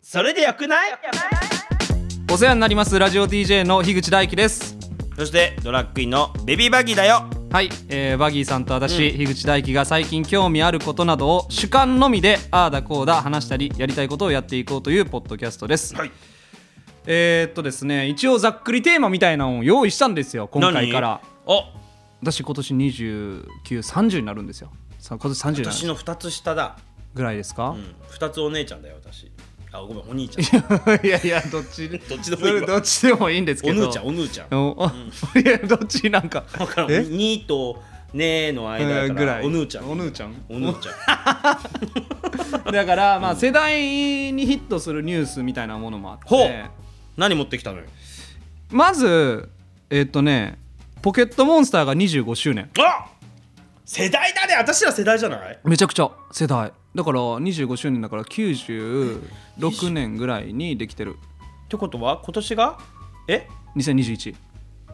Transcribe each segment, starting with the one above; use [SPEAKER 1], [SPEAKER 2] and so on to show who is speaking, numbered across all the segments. [SPEAKER 1] それでよくない
[SPEAKER 2] お世話になりますラジオ DJ の樋口大輝です
[SPEAKER 1] そしてドラッグインのベビーバギーだよ
[SPEAKER 2] はい、えーバギーさんと私、樋口大輝が最近興味あることなどを主観のみでああだこうだ話したりやりたいことをやっていこうというポッドキャストです、
[SPEAKER 1] はい
[SPEAKER 2] えー、っとですね一応ざっくりテーマみたいなのを用意したんですよ今回から
[SPEAKER 1] 何お
[SPEAKER 2] 私今年2930になるんですよさ今年30にな
[SPEAKER 1] 私
[SPEAKER 2] る
[SPEAKER 1] の2つ下だ、
[SPEAKER 2] ぐらいですか
[SPEAKER 1] う、ん、2つお姉ちゃんだよ私あごめんお兄ちゃん
[SPEAKER 2] いやいやどっちど
[SPEAKER 1] どっちでもいいわ
[SPEAKER 2] どっちでもいいん ですけ
[SPEAKER 1] お
[SPEAKER 2] ど
[SPEAKER 1] ぬーちゃんおぬーちゃん
[SPEAKER 2] お あいやどっちなんか
[SPEAKER 1] だから
[SPEAKER 2] え
[SPEAKER 1] 2とねの間だ
[SPEAKER 2] えーぐ
[SPEAKER 1] からら
[SPEAKER 2] い
[SPEAKER 1] おぬーちゃん
[SPEAKER 2] おぬーちゃん
[SPEAKER 1] おぬ ーちゃん
[SPEAKER 2] だから、まあ、世代にヒットするニュースみたいなものもあって
[SPEAKER 1] ほう何持ってきたのよ
[SPEAKER 2] まずえっとね「ポケットモンスター」が25周年
[SPEAKER 1] あ世代だね私ら世代じゃない
[SPEAKER 2] めちゃくちゃ世代だから25周年だから96年ぐらいにできてる
[SPEAKER 1] ってことは今年がえ
[SPEAKER 2] 2021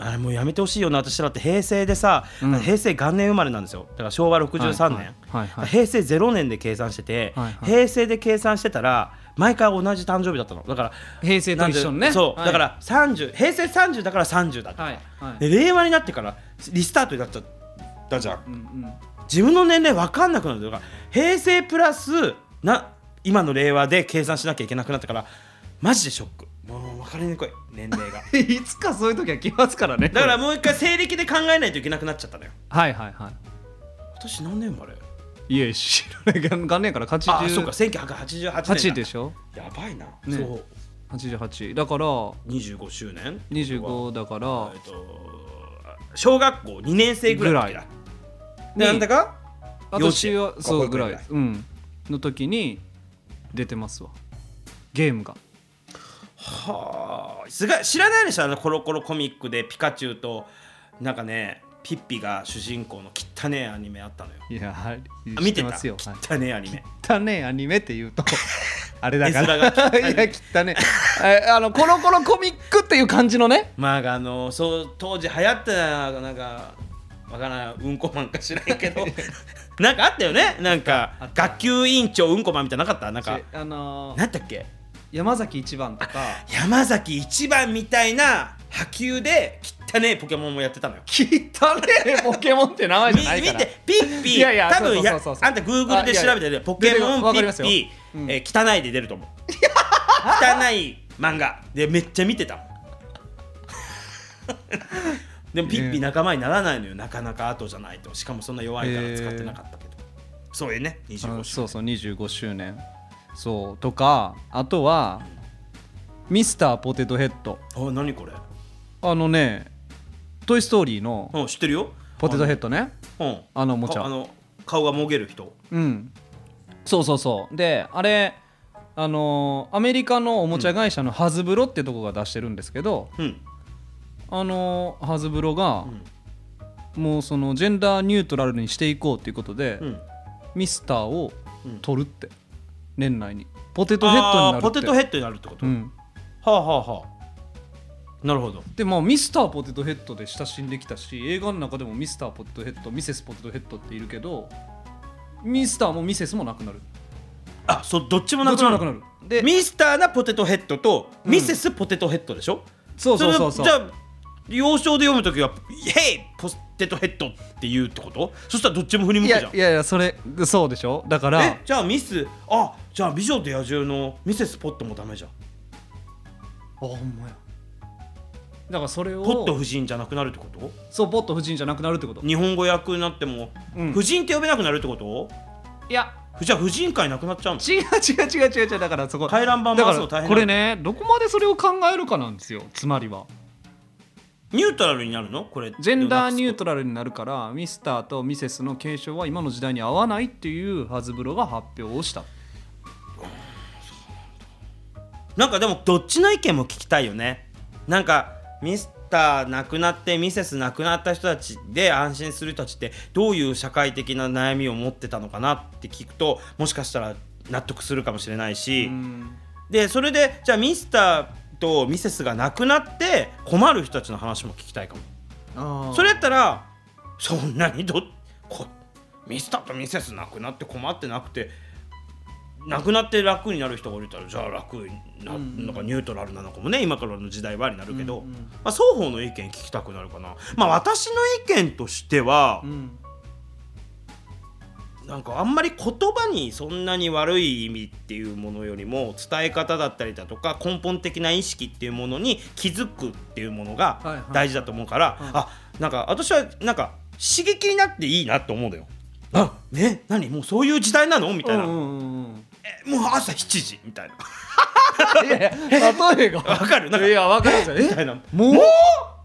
[SPEAKER 1] あれもうやめてほしいよな私だって平成でさ、
[SPEAKER 2] うん
[SPEAKER 1] 平成元年生まれなんですよだから昭和63年、
[SPEAKER 2] はいはいはいはい
[SPEAKER 1] 平成0年で計算してて、
[SPEAKER 2] はいはい
[SPEAKER 1] 平成で計算してたら毎回同じ誕生日だったのだから
[SPEAKER 2] 平成と一緒の
[SPEAKER 1] なん
[SPEAKER 2] ね
[SPEAKER 1] でそう、
[SPEAKER 2] はい
[SPEAKER 1] だから30平成30だから30だった、
[SPEAKER 2] はいは
[SPEAKER 1] で
[SPEAKER 2] い
[SPEAKER 1] 令和になってからリスタートになっちゃったじゃん
[SPEAKER 2] うんうん
[SPEAKER 1] 自分の年齢分かんなくなるだから平成プラスな今の令和で計算しなきゃいけなくなったからマジでショックもう分かりにくい年齢が
[SPEAKER 2] いつかそういう時は来ますからね
[SPEAKER 1] だからもう一回西暦で考えないといけなくなっちゃったのよ
[SPEAKER 2] はいはいは
[SPEAKER 1] 私何年生まれ
[SPEAKER 2] いいえ知らない元年から
[SPEAKER 1] ああそうか
[SPEAKER 2] 88
[SPEAKER 1] 1988年だ
[SPEAKER 2] でしょ
[SPEAKER 1] やばいな、
[SPEAKER 2] ね
[SPEAKER 1] そう
[SPEAKER 2] 88だから
[SPEAKER 1] 25周年
[SPEAKER 2] 25だか
[SPEAKER 1] あ
[SPEAKER 2] ら
[SPEAKER 1] えっと小学校2年生ぐらいの時だでなんだか
[SPEAKER 2] 私は
[SPEAKER 1] 幼稚園
[SPEAKER 2] そうぐら
[SPEAKER 1] 高
[SPEAKER 2] い
[SPEAKER 1] 校、
[SPEAKER 2] うん、の時に出てますわゲームが
[SPEAKER 1] はあすごい知らないでしょあのコロコロコミックでピカチュウとなんかねピッピが主人公の汚ねえアニメあったのよ
[SPEAKER 2] いやは
[SPEAKER 1] あ見てた
[SPEAKER 2] ますよ、はい、
[SPEAKER 1] 汚ねえアニメ
[SPEAKER 2] 汚ねえアニメって言う とあれだか
[SPEAKER 1] 絵面が汚
[SPEAKER 2] ら
[SPEAKER 1] い
[SPEAKER 2] いや汚ねええあのコロコロコミックっていう感じのね
[SPEAKER 1] まああのそう当時流行ってたなんかわからないうんこマンか知らんけ どなんかあったよねなん
[SPEAKER 2] あっ
[SPEAKER 1] か
[SPEAKER 2] た
[SPEAKER 1] 学級委員長うんこマンみたいなのなかったなんか
[SPEAKER 2] あのー
[SPEAKER 1] なんだっけ
[SPEAKER 2] 山崎一番とか
[SPEAKER 1] 山崎一番みたいな波及で汚ねえポケモンもやってたのよ
[SPEAKER 2] 汚ねえポケモンって名前
[SPEAKER 1] み
[SPEAKER 2] じゃない
[SPEAKER 1] 見
[SPEAKER 2] から
[SPEAKER 1] てピッピ
[SPEAKER 2] いやいや
[SPEAKER 1] 多分や
[SPEAKER 2] そうそうそうそう
[SPEAKER 1] あんたグーグルで調べてるポ
[SPEAKER 2] 出
[SPEAKER 1] ケ
[SPEAKER 2] てる
[SPEAKER 1] モン
[SPEAKER 2] わ
[SPEAKER 1] ピ
[SPEAKER 2] かります
[SPEAKER 1] ッ
[SPEAKER 2] よ
[SPEAKER 1] ピ、
[SPEAKER 2] うん
[SPEAKER 1] えー汚いで出ると思う汚い漫画でめっちゃ見て たもんでもピッピ仲間にならないのよなかなか後じゃないとしかもそんな弱いから使ってなかったけど、そうやね
[SPEAKER 2] あ
[SPEAKER 1] 25
[SPEAKER 2] の
[SPEAKER 1] 周
[SPEAKER 2] そうそう25周年そうとかあとはミスターポテトヘッド
[SPEAKER 1] お何これ
[SPEAKER 2] あのね「トイ・ストーリー」の
[SPEAKER 1] うん知ってるよ
[SPEAKER 2] ポテトヘッドね
[SPEAKER 1] ドうん
[SPEAKER 2] あのおもち
[SPEAKER 1] ああ
[SPEAKER 2] ゃ
[SPEAKER 1] の顔がもげる人
[SPEAKER 2] うんそうそうそうであれあのーアメリカのおもちゃ会社のハズブロってとこが出してるんですけど、
[SPEAKER 1] うん
[SPEAKER 2] あのーハズブロが
[SPEAKER 1] うん
[SPEAKER 2] もうそのジェンダーニュートラルにしていこうっていうことで、
[SPEAKER 1] うん
[SPEAKER 2] ミスターを
[SPEAKER 1] うん
[SPEAKER 2] 取るって年内にポテトヘッドになる
[SPEAKER 1] あ
[SPEAKER 2] っ
[SPEAKER 1] ー
[SPEAKER 2] て
[SPEAKER 1] ポテトヘッドになるってこと、
[SPEAKER 2] うん
[SPEAKER 1] はあはあはあなるほど
[SPEAKER 2] でもミスターポテトヘッドで親しんできたし映画の中でもミスターポテトヘッドミセスポテトヘッドっているけどミスターもミセスもなくなる
[SPEAKER 1] あそうどっちもな
[SPEAKER 2] どっ
[SPEAKER 1] く
[SPEAKER 2] ちも
[SPEAKER 1] な
[SPEAKER 2] な
[SPEAKER 1] る
[SPEAKER 2] くなるで
[SPEAKER 1] ミスターなポテトヘッドと、
[SPEAKER 2] うん
[SPEAKER 1] ミセスポテトヘッドでしょ
[SPEAKER 2] そうそうそうそう
[SPEAKER 1] れじゃあ幼少で読むときは「ヘイポテトヘッド」って言うってことそしたらどっちも振り向く
[SPEAKER 2] い
[SPEAKER 1] じゃ
[SPEAKER 2] や
[SPEAKER 1] ん
[SPEAKER 2] いやいやそれそうでしょだから
[SPEAKER 1] えじゃあミスあじゃあ「美女と野獣」のミセスポットもダメじゃん
[SPEAKER 2] あほんまやだからそれを
[SPEAKER 1] ポット夫人じゃなくなるってこと
[SPEAKER 2] そうポット夫人じゃなくなるってこと
[SPEAKER 1] 日本語訳になっても、
[SPEAKER 2] うん
[SPEAKER 1] 夫人って呼べなくなるってこと
[SPEAKER 2] いや
[SPEAKER 1] じゃあ婦人会なくなっちゃうの
[SPEAKER 2] 違う違う違う違う違うだから そこ
[SPEAKER 1] 回覧板
[SPEAKER 2] だか
[SPEAKER 1] 回すの大
[SPEAKER 2] ら
[SPEAKER 1] 変
[SPEAKER 2] これねどこまでそれを考えるかなんですよつまりは
[SPEAKER 1] ニュートラルになるのこれ
[SPEAKER 2] ジェンダーニュートラルになるからミスターとミセスの継承は今の時代に合わないっていうハズブロが発表をした
[SPEAKER 1] なんかでもどっちの意見も聞きたいよねなんかミスター亡くなってミセス亡くなった人たちで安心する人たちってどういう社会的な悩みを持ってたのかなって聞くともしかしたら納得するかもしれないし、
[SPEAKER 2] うん
[SPEAKER 1] でそれでじゃあミスターとミセスが亡くなって困る人たちの話も聞きたいかも
[SPEAKER 2] あー
[SPEAKER 1] それやったらそんなにどこミスターとミセスなくなって困ってなくてなくなって楽になる人がいたらじゃあ楽にな,、なんかニュートラルなのかもね今からの時代はになるけど、
[SPEAKER 2] うんうん
[SPEAKER 1] まあ、双方の意見聞きたくなるかなまあ私の意見としては
[SPEAKER 2] う、ん
[SPEAKER 1] なんかあんまり言葉にそんなに悪い意味っていうものよりも伝え方だったりだとか根本的な意識っていうものに気づくっていうもの
[SPEAKER 2] はい
[SPEAKER 1] が
[SPEAKER 2] はい
[SPEAKER 1] 大事だと思うから、
[SPEAKER 2] うん
[SPEAKER 1] あなんか私はなんか刺激になっていいなと思うのよ。あね何もうそういう時代なのみたいな、
[SPEAKER 2] うんうんうん
[SPEAKER 1] えもう朝7時みたいな
[SPEAKER 2] いやいや例えが
[SPEAKER 1] わかるなんか
[SPEAKER 2] い やわかるじゃん
[SPEAKER 1] みたいな
[SPEAKER 2] えもう
[SPEAKER 1] もう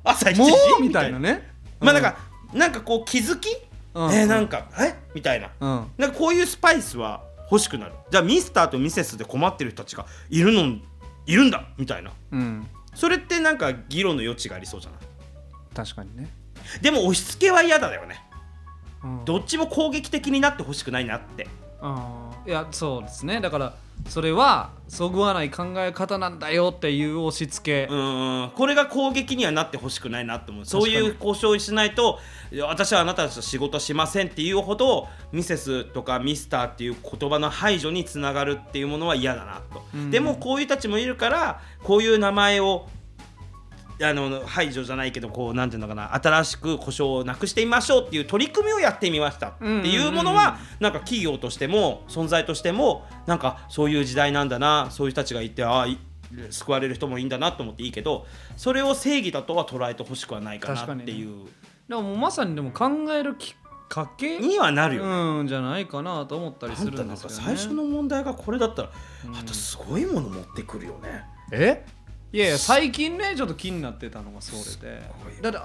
[SPEAKER 1] 朝7時
[SPEAKER 2] もうみたいなね
[SPEAKER 1] まあなんか、なんかこう気づき、
[SPEAKER 2] うん
[SPEAKER 1] えーなんかえみたいな
[SPEAKER 2] うんうん
[SPEAKER 1] なんかこういうスパイスは欲しくなるじゃあミスターとミセスで困ってる人たちがいるのいるんだみたいな
[SPEAKER 2] うん
[SPEAKER 1] それってなんか議論の余地がありそうじゃない
[SPEAKER 2] 確かにね
[SPEAKER 1] でも押し付けは嫌だよね
[SPEAKER 2] うん
[SPEAKER 1] どっちも攻撃的になってほしくないなって
[SPEAKER 2] あーいやそうですねだからそれはそぐわない考え方なんだよっていう押し付け
[SPEAKER 1] う、ーんこれが攻撃にはなってほしくないなと思うそうい
[SPEAKER 2] 確
[SPEAKER 1] う交渉をしないといや私はあなたたちと仕事しませんっていうほどミセスとかミスターっていう言葉の排除につながるっていうものは嫌だなと、
[SPEAKER 2] うん
[SPEAKER 1] でもこういう人たちもいるからこういう名前をあの排除じゃないけどこうなんていうのかな新しく故障をなくしてみましょうっていう取り組みをやってみましたっていうもの
[SPEAKER 2] うんうんうんうん
[SPEAKER 1] はなんか企業としても存在としてもなんかそういう時代なんだなそういう人たちがいてああい救われる人もいいんだなと思っていいけどそれを正義だとは捉えてほしくはないか
[SPEAKER 2] 確
[SPEAKER 1] な
[SPEAKER 2] か
[SPEAKER 1] っ
[SPEAKER 2] にね
[SPEAKER 1] ていう
[SPEAKER 2] でももうまさにでも考えるきっかけ
[SPEAKER 1] にはなるよね。
[SPEAKER 2] うんじゃないかなと思ったり
[SPEAKER 1] あ
[SPEAKER 2] す
[SPEAKER 1] ん
[SPEAKER 2] る
[SPEAKER 1] た
[SPEAKER 2] ん
[SPEAKER 1] なん
[SPEAKER 2] です
[SPEAKER 1] か
[SPEAKER 2] よ
[SPEAKER 1] 最
[SPEAKER 2] ね。
[SPEAKER 1] 初の問題がこれだったら、
[SPEAKER 2] うん
[SPEAKER 1] あんたすごいもの持ってくるよね
[SPEAKER 2] えいやいや最近ねちょっと気になってたのがそれで
[SPEAKER 1] ごいよね
[SPEAKER 2] だって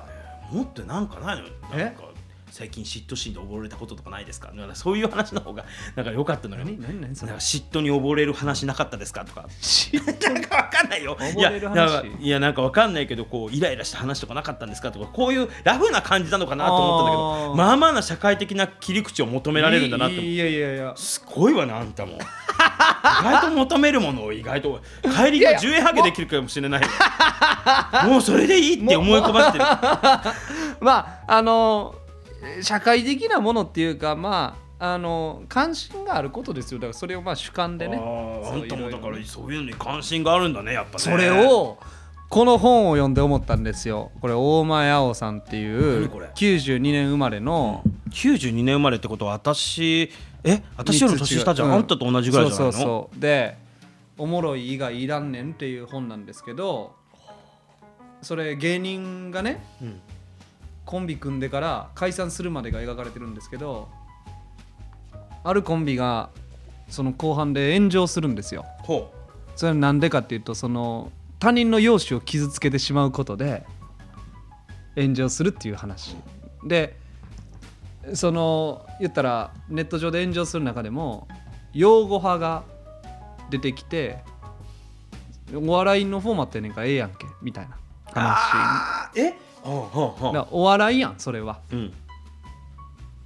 [SPEAKER 1] 持ってなんかないの
[SPEAKER 2] え
[SPEAKER 1] なんか最近嫉妬心で溺れたこととかないですかなんかそういう話の方がなんか良かったのよ
[SPEAKER 2] 何何何そ
[SPEAKER 1] なん
[SPEAKER 2] れ
[SPEAKER 1] か嫉妬に溺れる話なかったですかとか
[SPEAKER 2] し
[SPEAKER 1] なんかわかんないよ。い
[SPEAKER 2] 溺
[SPEAKER 1] や
[SPEAKER 2] れる話
[SPEAKER 1] なんかいやなんかわかんないけどこうイライラした話とかなかったんですかとかこういうラフな感じなのかなと思ったんだけ
[SPEAKER 2] あ
[SPEAKER 1] ど
[SPEAKER 2] ー
[SPEAKER 1] まあまあな社会的な切り口を求められるんだなって思う
[SPEAKER 2] いやいやいや
[SPEAKER 1] すごいわねあんたも意外と求めるものを意外と帰りが10円ハゲできるかもしれないよもうそれでいいって思い込ませてる
[SPEAKER 2] まああの社会的なものっていうかまああの関心があることですよだからそれをまあ主観でね
[SPEAKER 1] あーあんたもだ
[SPEAKER 2] そういろ
[SPEAKER 1] か
[SPEAKER 2] いろ
[SPEAKER 1] らそういうのに関心があるんだねやっぱね
[SPEAKER 2] それをこの本を読んで思ったんですよこれ大前青さんっていう
[SPEAKER 1] 何これ
[SPEAKER 2] 92年生まれの
[SPEAKER 1] 92年生まれってことは私え私よりも年下じゃん、
[SPEAKER 2] う
[SPEAKER 1] あんたと同じぐらいじゃないの
[SPEAKER 2] そうそうそうで「おもろい以外いらんねん」っていう本なんですけどそれ芸人がね
[SPEAKER 1] うん
[SPEAKER 2] コンビ組んでから解散するまでが描かれてるんですけどあるコンビがその後半で炎上するんですよ
[SPEAKER 1] ほう
[SPEAKER 2] それはなんでかっていうとその他人の容姿を傷つけてしまうことで炎上するっていう話でその言ったらネット上で炎上する中でも擁護派が出てきてお笑いのフォーマットやねんからええやんけみたいな話
[SPEAKER 1] あーえほうほうほ
[SPEAKER 2] だからお笑いやんそれは
[SPEAKER 1] ううん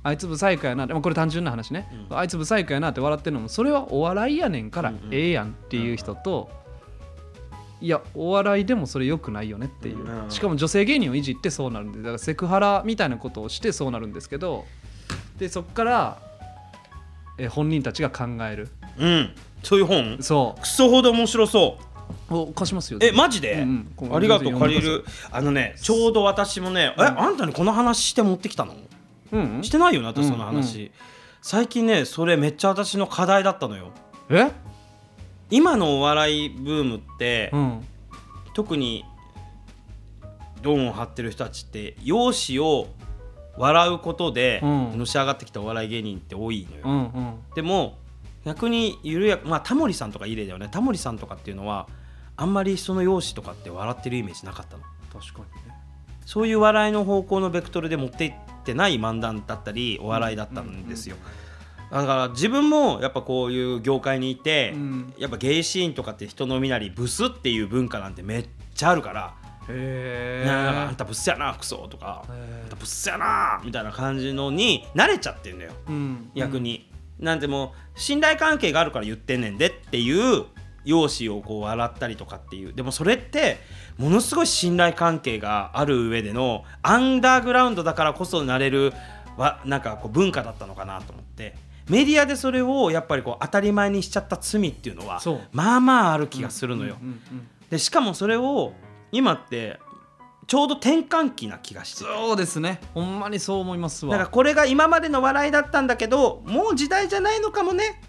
[SPEAKER 2] あいつブサイクやなでもこれ単純な話ね、
[SPEAKER 1] う
[SPEAKER 2] あいつブサイクやなって笑ってるのもそれはお笑いやねんから
[SPEAKER 1] うんうん
[SPEAKER 2] ええやんっていう人と、いやお笑いでもそれ良くないよねっていう、
[SPEAKER 1] うんうん
[SPEAKER 2] しかも女性芸人をいじってそうなるんでだからセクハラみたいなことをしてそうなるんですけどでそっからえ本人たちが考える
[SPEAKER 1] うんそういう本
[SPEAKER 2] そ
[SPEAKER 1] クソほど面白そう
[SPEAKER 2] うお貸しますよ
[SPEAKER 1] えマジで、
[SPEAKER 2] うんうん
[SPEAKER 1] ありがとう借りるあのねちょうど私もね、えあんたにこの話して持ってきたの
[SPEAKER 2] うんうん
[SPEAKER 1] してないよね私
[SPEAKER 2] うん
[SPEAKER 1] その話、最近ねそれめっちゃ私の課題だったのよ
[SPEAKER 2] え
[SPEAKER 1] 今のお笑いブームって、
[SPEAKER 2] うん
[SPEAKER 1] 特にドンを張ってる人たちって容姿を笑うことで
[SPEAKER 2] うん
[SPEAKER 1] のし上がってきたお笑い芸人って多いのよ、
[SPEAKER 2] うんうん
[SPEAKER 1] でも逆に緩やかまあタモリさんとかいい例だよねタモリさんとかっていうのはあんまり人の容姿とかって笑ってるイメージなかったの
[SPEAKER 2] 確かにね
[SPEAKER 1] そういう笑いの方向のベクトルで持っていってない漫談だったりお笑いだったんですよ、だから自分もやっぱこういう業界にいて、
[SPEAKER 2] うん
[SPEAKER 1] やっぱゲイシーンとかって人の身なりブスっていう文化なんてめっちゃあるから、
[SPEAKER 2] へえ
[SPEAKER 1] なんかあんたブスやなクソとか、
[SPEAKER 2] へ
[SPEAKER 1] あん
[SPEAKER 2] ー
[SPEAKER 1] たブスやなみたいな感じのに慣れちゃってんだよ
[SPEAKER 2] うん
[SPEAKER 1] 逆に、なんでもう信頼関係があるから言ってんねんでっていう容姿をこう笑ったりとかっていうでもそれってものすごい信頼関係がある上でのアンダーグラウンドだからこそなれるわなんかこう文化だったのかなと思ってメディアでそれをやっぱりこう当たり前にしちゃった罪っていうのは
[SPEAKER 2] そう
[SPEAKER 1] まあまあある気がするのよ。
[SPEAKER 2] うんうんうん
[SPEAKER 1] でしかもそれを今ってちょうど転換期な気がしてて
[SPEAKER 2] そうですねほんまにそう思います
[SPEAKER 1] だから
[SPEAKER 2] わ
[SPEAKER 1] これが今までの笑いだったんだけどもう時代じゃないのかもね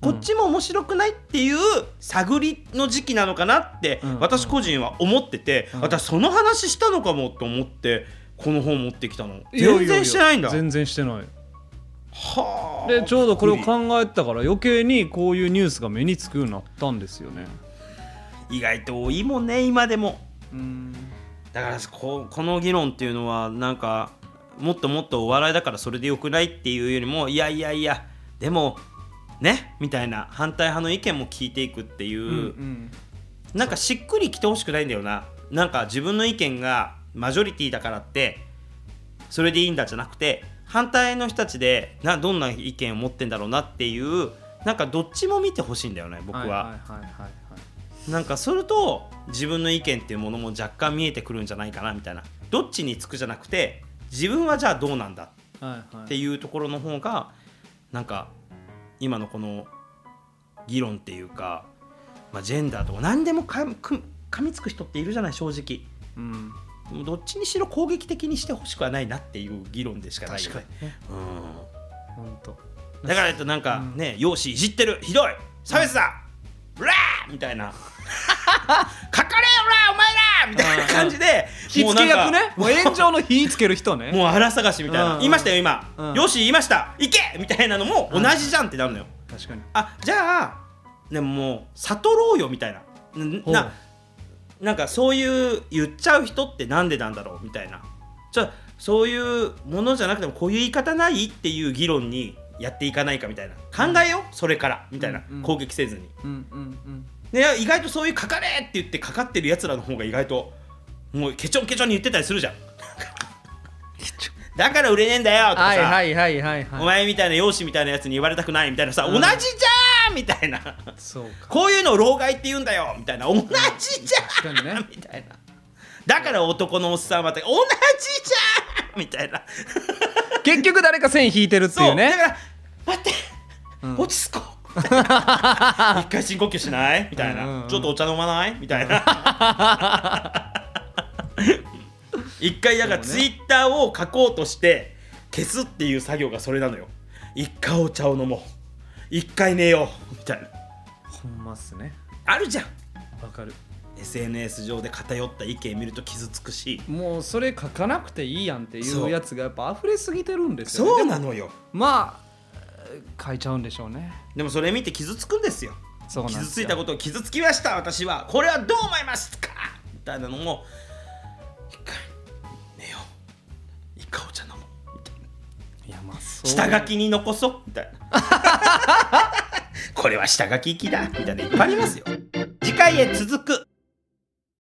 [SPEAKER 1] こっちも面白くないっていう探りの時期なのかなって
[SPEAKER 2] うん
[SPEAKER 1] 私個人は思ってて、
[SPEAKER 2] うん
[SPEAKER 1] 私その話したのかもと思ってこの本持ってきたの
[SPEAKER 2] いやいや
[SPEAKER 1] 全
[SPEAKER 2] いや
[SPEAKER 1] 然してないんだ
[SPEAKER 2] 全然してない
[SPEAKER 1] はあ
[SPEAKER 2] でちょうどこれを考えてたから余計にこういうニュースが目につくようになったんですよね
[SPEAKER 1] 意外と多いもんね今でも
[SPEAKER 2] うん
[SPEAKER 1] だからここの議論っていうのはなんかもっともっとお笑いだからそれでよくないっていうよりもいやいやいやでもねみたいな反対派の意見も聞いていくっていう、
[SPEAKER 2] うん
[SPEAKER 1] なんかしっくりきてほしくないんだよななんか自分の意見がマジョリティだからってそれでいいんだじゃなくて反対の人たちでなどんな意見を持ってんだろうなっていうなんかどっちも見てほしいんだよね僕は。
[SPEAKER 2] いはいはいはいはい
[SPEAKER 1] なんかすると自分の意見っていうものも若干見えてくるんじゃないかなみたいなどっちにつくじゃなくて自分はじゃあどうなんだ
[SPEAKER 2] はいはい
[SPEAKER 1] っていうところの方がなんか今のこの議論っていうか、まあ、ジェンダーとか何でもかく噛みつく人っているじゃない正直
[SPEAKER 2] うん、
[SPEAKER 1] もうどっちにしろ攻撃的にしてほしくはないなっていう議論でしかないよ
[SPEAKER 2] 確か
[SPEAKER 1] ね。
[SPEAKER 2] にね本当
[SPEAKER 1] うん、だからえっとなんかね、容姿いじってるひどい差別だ、うらーみたいなかかれよらお前らみたいな感じで
[SPEAKER 2] 火付け役ね
[SPEAKER 1] も
[SPEAKER 2] も
[SPEAKER 1] う
[SPEAKER 2] う
[SPEAKER 1] なんか
[SPEAKER 2] 炎上の火つける人ね
[SPEAKER 1] もう荒探しみたいな、
[SPEAKER 2] うん
[SPEAKER 1] 言いましたよ今、
[SPEAKER 2] うん
[SPEAKER 1] よし言いました行けみたいなのも同じじゃんってなるのよ、
[SPEAKER 2] 確かに
[SPEAKER 1] あじゃあでももう悟ろうよみたいな
[SPEAKER 2] ほ
[SPEAKER 1] ん
[SPEAKER 2] う
[SPEAKER 1] ななんかそういう言っちゃう人ってなんでなんだろうみたいなちょそういうものじゃなくてもこういう言い方ないっていう議論にやっていかないかみたいな考えよう、それからみたいな、
[SPEAKER 2] うんうん
[SPEAKER 1] 攻撃せずに
[SPEAKER 2] うんうんうん
[SPEAKER 1] で意外とそういう「かかれ!」って言ってかかってるやつらの方が意外ともうケチョンケチョンに言ってたりす るじゃんだから売れねえんだよとかさ、
[SPEAKER 2] はいはいはいは
[SPEAKER 1] お
[SPEAKER 2] いはい
[SPEAKER 1] 前みたいな容姿みたいなやつに言われたくないみたいなさ、
[SPEAKER 2] うん
[SPEAKER 1] 同じじゃんみたいな
[SPEAKER 2] そうか
[SPEAKER 1] こういうのを老害って言うんだよみたいな同じじ
[SPEAKER 2] 確かに
[SPEAKER 1] ゃん
[SPEAKER 2] ね
[SPEAKER 1] みたいなだから男のおっさんは同じじゃんみたいな
[SPEAKER 2] 結局誰か線引いてるっていう
[SPEAKER 1] だ
[SPEAKER 2] ね
[SPEAKER 1] から待って、
[SPEAKER 2] うん
[SPEAKER 1] 落ち着こ う一回深呼吸しないみたいな、
[SPEAKER 2] うんうんうん
[SPEAKER 1] ちょっとお茶飲まないみたいな 一回だから
[SPEAKER 2] そう
[SPEAKER 1] ツ
[SPEAKER 2] ね
[SPEAKER 1] イッターを書こうとして消すっていう作業がそれなのよ一回お茶を飲もう一回寝ようみたいな
[SPEAKER 2] ほんまっすね
[SPEAKER 1] あるじゃん
[SPEAKER 2] わかる
[SPEAKER 1] SNS 上で偏った意見見ると傷つくし
[SPEAKER 2] もうそれ書かなくていいやんってい
[SPEAKER 1] そうう
[SPEAKER 2] やつがやっぱ溢れすぎてるんですよ、ね、
[SPEAKER 1] そう
[SPEAKER 2] で
[SPEAKER 1] な
[SPEAKER 2] も
[SPEAKER 1] のよ
[SPEAKER 2] まあ書いちゃうんでしょうね
[SPEAKER 1] でもそれ見て傷つくんですよ
[SPEAKER 2] そうなんですよ
[SPEAKER 1] 傷ついたことを傷つきました私はこれはどう思いますかみたいなのも一回寝よう一回お茶飲もうみたいない
[SPEAKER 2] やまあそう
[SPEAKER 1] 下書きに残そうみたい なこれは下書き行きだみたいないっぱいありますよ次回へ続く